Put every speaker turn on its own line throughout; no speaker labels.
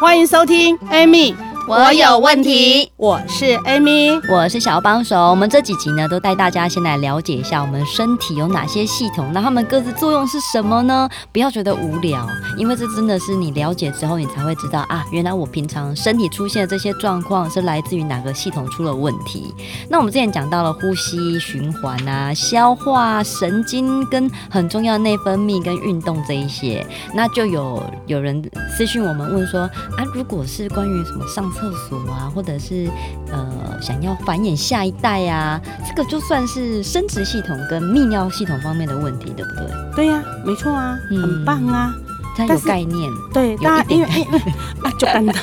欢迎收听 Amy，
我有问题，
我是 Amy。
我是小帮手。我们这几集呢，都带大家先来了解一下我们身体有哪些系统，那它们各自作用是什么呢？不要觉得无聊，因为这真的是你了解之后，你才会知道啊，原来我平常身体出现的这些状况是来自于哪个系统出了问题。那我们之前讲到了呼吸、循环啊、消化啊、神经跟很重要的内分泌跟运动这一些，那就有有人私讯我们问说啊，如果是关于什么上厕所啊，或者是呃想要繁衍下一代啊，这个就算是生殖系统跟泌尿系统方面的问题，对不对？
对呀、没错啊，
嗯
很棒啊。
它有
但是
概念，
对，大家因为因为啊，就单的，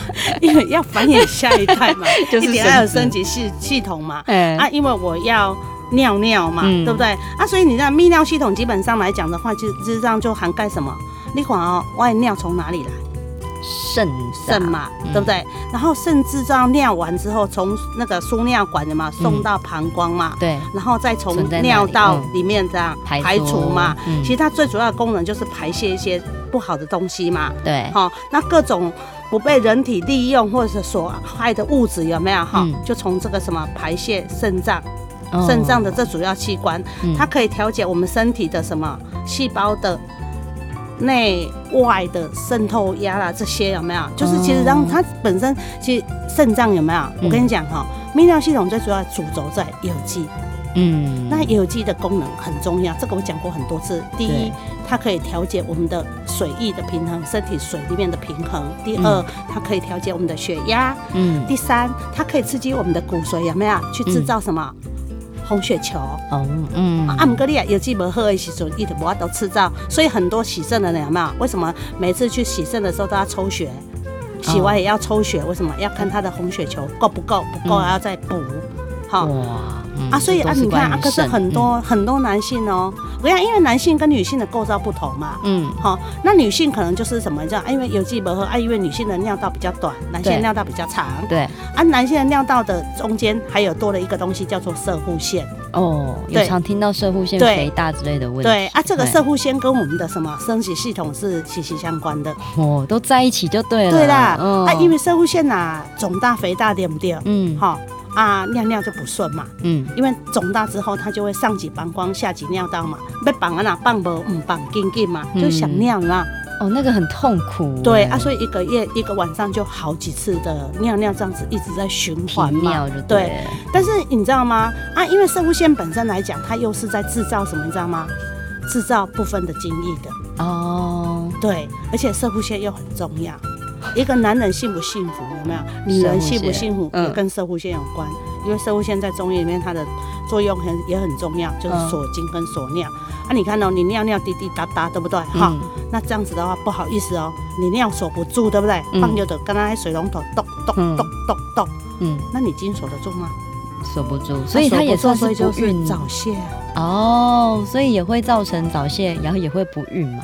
因为要繁衍下一代嘛，
就
一定要有生。殖系系统嘛。
哎、
啊，因为我要尿尿嘛，
嗯
对不对？啊，所以你那泌尿系统基本上来讲的话，就就是这样就涵盖什么？你管哦，外尿从哪里来？
肾
肾嘛，
啊
对不对？
嗯
然后甚至这样尿完之后，从那个输尿管的嘛送
嗯
到膀胱嘛，
对
然后再从
存在那里
尿道
嗯
里面这样
排
排除嘛。，
嗯
其实它最主要的功能就是排泄一些不好的东西嘛。
对，
好、那各种不被人体利用或者是所害的物质有没有哈、
嗯
就从这个什么排泄肾脏，
哦
肾脏的这主要器官，
嗯
它可以调节我们身体的什么细胞的内外的渗透压啦，这些有没有？就是其实让哦它本身其实肾脏有没有？我跟你讲哈、泌尿系统最主要主轴在有机。
嗯
那有机的功能很重要，这个我讲过很多次。第一
对，
它可以调节我们的水液的平衡，身体水里面的平衡；第二，
嗯
它可以调节我们的血压；
嗯
第三，它可以刺激我们的骨髓，啊有没有去制造什么、
嗯
红血球？
哦嗯
啊，姆格利亚有机无喝的时候，一直无法都吃到，所以很多洗肾的人有没有？为什么每次去洗肾的时候都要抽血？
哦
洗完也要抽血，为什么？要看他的红血球够不够，不够
嗯
还要再补。好、
哇嗯
啊，所以
这
啊，
都
你
关
看啊
于，
可是
肾嗯
很多、很多男性哦、我跟你讲，因为男性跟女性的构造不同嘛，
嗯
好、那女性可能就是什么叫、啊因为有机不合，啊，因为女性的尿道比较短，男性的
对
尿道比较长，
嗯对
啊，男性的尿道的中间还有多了一个东西叫做射护腺，
哦，有
对
常听到射护腺
对
肥大之类的问题，
对啊，这个
对
射护腺跟我们的什么生殖系统是息息相关的，
哦都在一起就对了，
对啦，
嗯
啊，因为射护腺呐、肿大肥大对不对？
嗯
好、啊，尿尿就不顺嘛，
嗯
因为肿大之后，它就会上挤膀胱，下挤尿道嘛，被绑啊哪绑不，嗯绑紧紧嘛，
嗯
就想尿啦。
哦那个很痛苦，哎
对啊，
以
所以一个月一个晚上就好几次的尿尿这样子一直在循环
频
嘛
尿。就
对
对了，
但是你知道吗？啊，因为射物腺本身来讲，它又是在制造什么，你知道吗？制造部分的精液的。
哦
对，而且射护腺又很重 要。一个男人幸不幸福有没有？女人幸不幸福
嗯
也跟射护腺有关，因为射护腺在中医里面它的作用很也很重要，就是
嗯
锁精跟锁尿。啊，你看哦，你尿尿滴滴答答，对不对？哈、
嗯
那这样子的话不好意思哦，你尿锁不住，对不对？
嗯
放久的，刚刚水龙头咚咚
嗯
咚咚咚，
嗯
那你经锁得住吗？
锁不住，所以它也算
啊锁
是
不住
不
所以就
孕
是早泄啊。
哦，所以也会造成早泄，然后也会不孕嘛，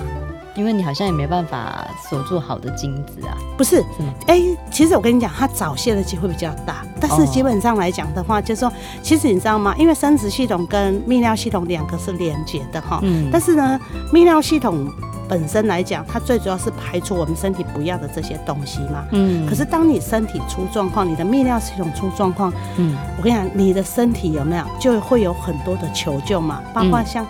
因为你好像也没办法锁住好的精子啊，
不是
是吗，
哎、其实我跟你讲，它早泄的机会比较大，但是
哦
基本上来讲的话，就是说，其实你知道吗？因为生殖系统跟泌尿系统两个是连接的哈，
嗯
但是呢，泌尿系统本身来讲，它最主要是排除我们身体不要的这些东西嘛。
嗯
可是当你身体出状况，你的泌尿系统出状况，
嗯
我跟你讲，你的身体有没有就会有很多的求救嘛，包括
嗯
像。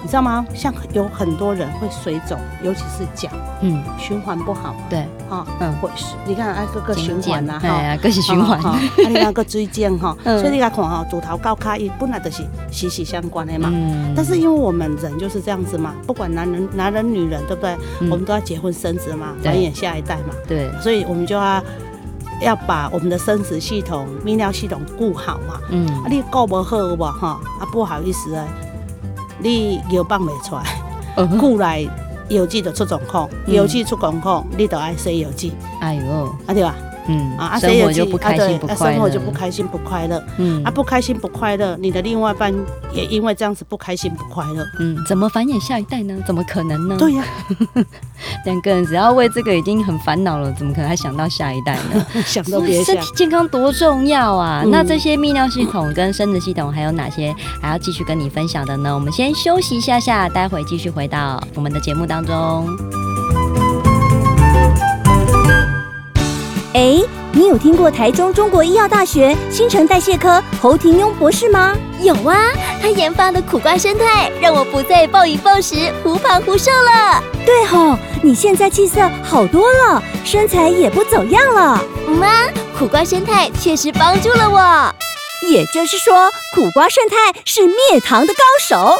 你知道吗？像有很多人会水肿，尤其是脚
嗯
循环不好嘛，
对，
哈、
嗯
或是你看啊，各个循环呐、
哎
哈。
呀， 各是循环，
哈，哈啊，你那个椎间哈，
嗯
所以你来看哈，主头高卡伊本来就是息息相关的嘛。
嗯
但是因为我们人就是这样子嘛，不管男人、男人、女人，对不对？
嗯
我们都要结婚生子嘛，
对
繁衍下一代嘛，
对，
所以我们就要要把我们的生殖系统、泌尿系统顾好嘛。
嗯
啊，你顾不好哇哈，啊不好意思啊，你摇放袂出来，
哦
顾来药剂就出状况，
嗯
药剂出状况，你就爱洗药剂，
哎呦，
啊对吧？
嗯
啊，
生活
谁也
就
记
不开
啊对
心不
啊
快乐，
生活就不开心不快乐
嗯
啊，不开心不快乐，你的另外一半也因为这样子不开心不快乐。
嗯，怎么繁衍下一代呢？怎么可能呢？
对呀，
两个人只要为这个已经很烦恼了，怎么可能还想到下一代呢？
想都
所
别
以身
想。
体健康多重要啊！
嗯
那这些泌尿系统跟生殖系统还有哪些还要继续跟你分享的呢？我们先休息一下下，待会继续回到我们的节目当中。
哎，你有听过台中中国医药大学新陈代谢科侯廷庸博士吗？
有啊，他研发的苦瓜生态让我不再暴饮暴食、忽胖忽瘦了。
对吼、你现在气色好多了，身材也不走样了。
嗯啊，苦瓜生态确实帮助了我。
也就是说，苦瓜胜肽是灭糖的高手。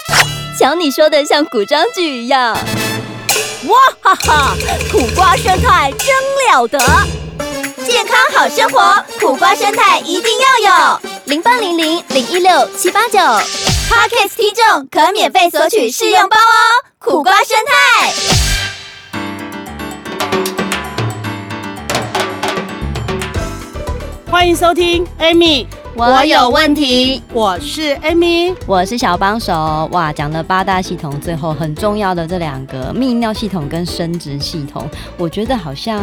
瞧你说的像古装剧一样。
哈哈，苦瓜胜肽真了得！健康好生活，苦瓜胜肽一定要有。
零八零零零一六七八九
p o d c a s 听众可免费索取试用包哦，苦瓜胜肽。
欢迎收听 Amy，
我有问题，
我是 Amy。
我是小帮手。哇，讲了八大系统，最后很重要的这两个泌尿系统跟生殖系统，我觉得好像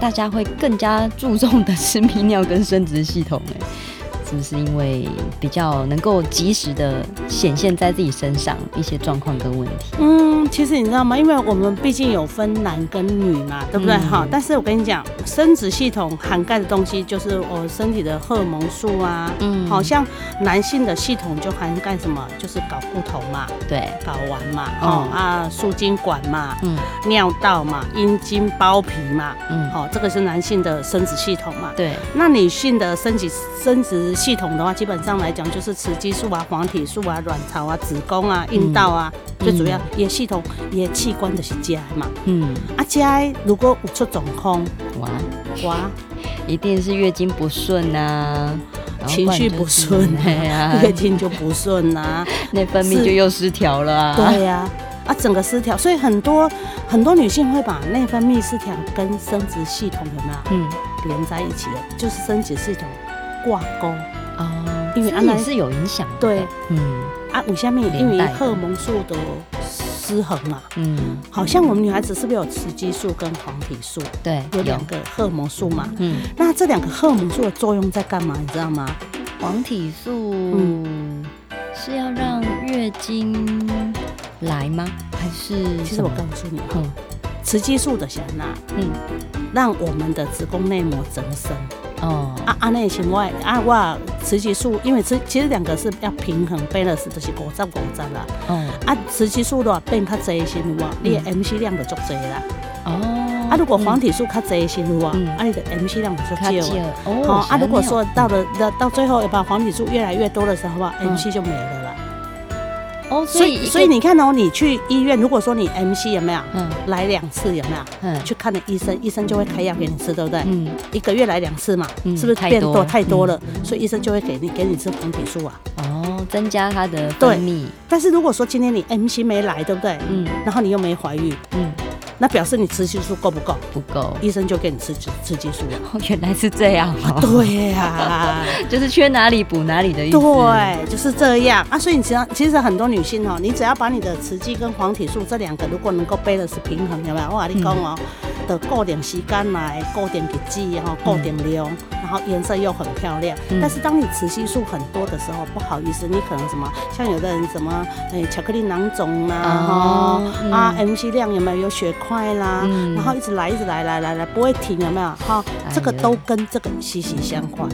大家会更加注重的是泌尿跟生殖系统、哎，是不是因为比较能够及时的显现在自己身上一些状况跟问题？
嗯，其实你知道吗？因为我们毕竟有分男跟女嘛，对不对？
嗯
哈、但是我跟你讲，生殖系统涵盖的东西就是我身体的荷尔蒙素啊。
嗯
好像男性的系统就涵盖什么，就是睾固酮嘛、
对，
睾丸嘛、
哦
哦啊、输精管嘛、
嗯
尿道嘛、阴茎、包皮嘛，
嗯，
好、这个是男性的生殖系统嘛。
对，
那女性的生殖生殖系统的话，基本上来讲就是雌激素啊、黄体素啊、卵巢啊、子宫啊、阴道啊，
嗯
最主要也系统也器官就是这样嘛。
嗯，
啊，这样如果有出状况，
哇，
哇，
一定是月经不顺啊，然后
情绪
然就是
不顺 啊
哎 呀，
月经就不顺啊，
内分泌就又失调了啊。
对呀、啊。啊，整个失调，所以很多很多女性会把内分泌失调跟生殖系统有没有
嗯，
连在一起的，就是生殖系统挂钩
哦，
因为
这
安
也
南
是有影响的。
对，
嗯
啊。为什么？因
连
为
带的
荷尔蒙素的失衡啊，
嗯，
好像我们女孩子是不是有雌激素跟黄体素，
对，
有两个荷尔蒙素嘛？
嗯，
那这两个荷尔蒙素的作用在干嘛？你知道吗？
黄体素、嗯是要让月经来吗？还是
其实
什
我
么
告诉你啊，
嗯
雌激素的想呐，
嗯
让我们的子宫内膜增生
哦
啊啊，那情外啊哇，雌激素因为雌其实两个是要平衡 balance，就是五十五十啦。
哦
啊，雌激素的话变较侪的时候
嗯
啊，你的 MC 量就足侪啦。
哦
啊，如果黄体素较侪的时候啊
嗯，
啊你的 MC 量就
它
足少的。
哦
哦啊，如果说
想
到了到到最后，把黄体素越来越多的时候啊
嗯
，MC 就没了啦。
要哦，
所
所以
以所以你看哦，你去医院，如果说你 MC 有没有
嗯
来两次有没有？
嗯
去看了医生，医生就会开药给你吃，对不对？
嗯
一个月来两次嘛，
嗯
是不是
太
变
多
多
了
太多了？嗯所以医生就会给你给你吃黄体素啊。
哦，增加它的
对
分泌，
但是如果说今天你 MC 没来，对不对？
嗯
然后你又没怀孕，
嗯，
那表示你雌激素够不够？
不够。
医生就给你吃雌雌激素 了。
哦，原来是这样、哦，
对呀，
就是缺哪里补哪里的意思。，
对，就是这样啊。所以你只要，其实很多女性哦，你只要把你的雌激跟黄体素这两个如果能够 balance 平衡，有没有？我跟你
嗯
讲哦，的固定时间来，固定日子哈，固定量，然后颜色又很漂亮。
嗯
但是当你雌激素很多的时候，不好意思，你可能什么，像有的人什么，哎，巧克力囊肿啦，哈、
哦嗯
啊，MC 量有没有有血块啦？
嗯
然后一直来，一直来，来来来，不会停，有没有？哈、
哎
这个
呀
都跟这个息息相关。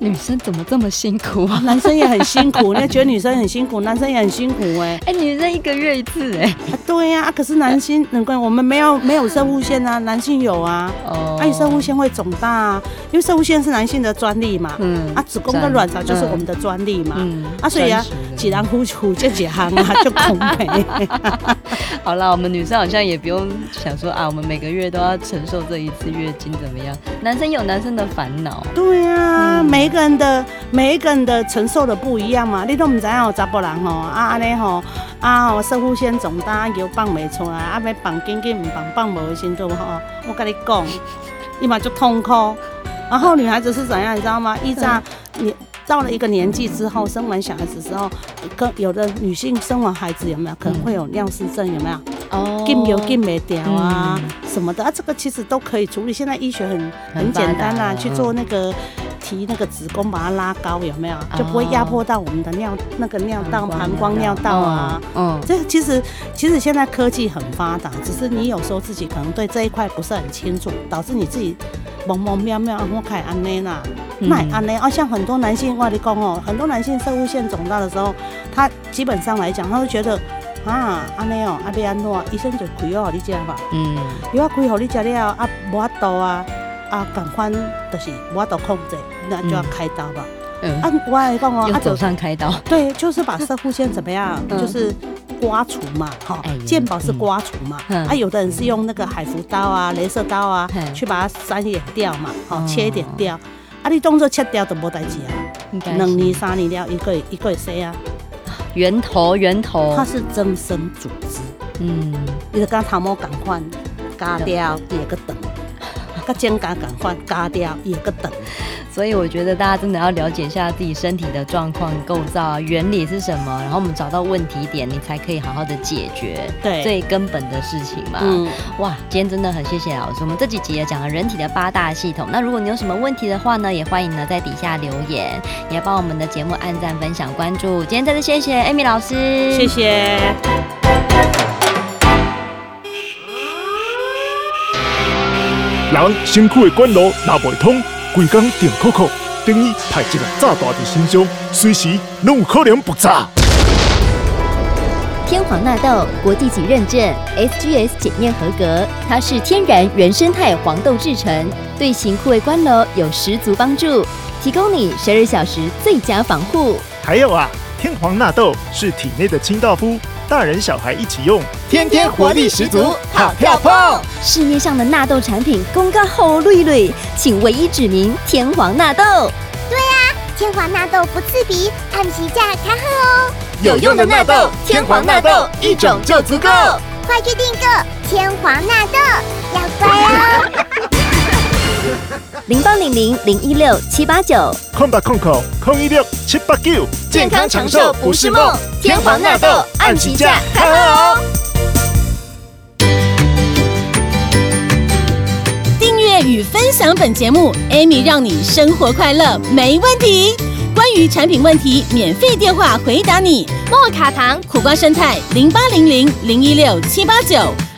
女生怎么这么辛苦啊？
男生也很辛苦，那觉得女生很辛苦，男生也很辛苦哎、
哎、女生一个月一次哎、
啊对呀、啊，可是男性能够我们没有没有射物线啊，男性有啊，
哦
爱射物线会肿大啊，因为射物线是男性的专利嘛，
嗯
啊，子宫跟卵巢就是我们
的
的专利嘛，
嗯
啊，所以啊
专属的，
几人 呼出就几行啊，就孔没。
好啦，我们女生好像也不用想说 啊，我们每个月都要承受这一次月经怎么样？男生有男生的烦恼，
对呀、
嗯
每一个人的每一个人的承受的不一样嘛，你都唔知影有查甫人吼，啊安尼吼，啊吼射护腺肿大，又放袂出来，啊要放紧紧唔放放无的时阵吼，我跟你讲，伊嘛足痛苦。然后女孩子是怎样，你知道吗？依照你到了一个年纪之后，生完小孩子之后，跟有的女性生完孩子有没有可能会有尿失症？有没有？
哦
禁油禁没掉啊
嗯
什么的啊，这个其实都可以处理。现在医学很
很
很简单
发达嗯
啊，
了
去做那个提那个子宫，把它拉高，有没有？就
哦
不会压迫到我们的尿那个尿道、膀胱尿道啊。，
嗯，嗯
这其实其实现在科技很发达，只是你有时候自己可能对这一块不是很清楚，导致你自己懵懵喵喵，啊我开安内啦，
嗯
那安内啊，像很多男性，我跟你讲哦，很多男性射物腺肿大的时候，他基本上来讲，他会觉得啊，安内哦，阿贝安诺，医生就开药给你吃吧，
嗯，
药开给你吃了啊，无法度啊，啊，赶快就是无法度控制，那就要开刀吧。
嗯，
啊，我跟你讲哦，
又
啊就
走上开刀，
对，就是把射护线怎么样，
嗯
就是刮除嘛，哈
哎呦，
鉴宝是刮除嘛，
嗯
啊，有的人是用那个海服刀啊、镭射刀啊
嗯，
去把它删一点掉嘛，
哦
哈，切一点掉，啊，你动作切掉就无代志啊，
应该
两年
是
三年了，一个一个谁啊？
源头源头
它，是增生组织，
嗯，
你就跟头毛赶快割掉，也个等。甲肩胛赶快割掉，也个等。
所以我觉得大家真的要了解一下自己身体的状况构造啊，原理是什么，然后我们找到问题点，你才可以好好的解决
对
最根本的事情嘛。
嗯，
哇，今天真的很谢谢老师，我们这几集也讲了人体的八大系统。那如果你有什么问题的话呢，也欢迎呢在底下留言，也帮我们的节目按赞、分享、关注。今天再次谢谢 Amy 老师，
谢谢。
人身躯的管路拉袂通，规工定扣扣，等于派一个炸弹伫身上，随时拢有可能爆炸。
天皇纳豆国际级认证，SGS 检验合格，它是天然原生态黄豆制成，对型枯萎关楼有十足帮助，提供你十二小时最佳防护。
还有啊，天皇纳豆是体内的清道夫，大人小孩一起用，天天活力十足，好跳蹦。
市面上的纳豆产品公告后绿绿，请唯一指明天皇纳豆。
啊
天皇纳豆不刺鼻，按时价卡好哦，
有用的纳豆天皇纳豆一种就足够。
快去订购天皇纳豆，要乖哦。
零八零零零一六七八九，
空八空口空一六七八九，健康长寿不是梦。天皇纳豆按起价，看好哦。
订阅与分享本节目，Amy 让你生活快乐没问题。关于产品问题，免费电话回答你。莫卡糖苦瓜生态零八零零零一六七八九，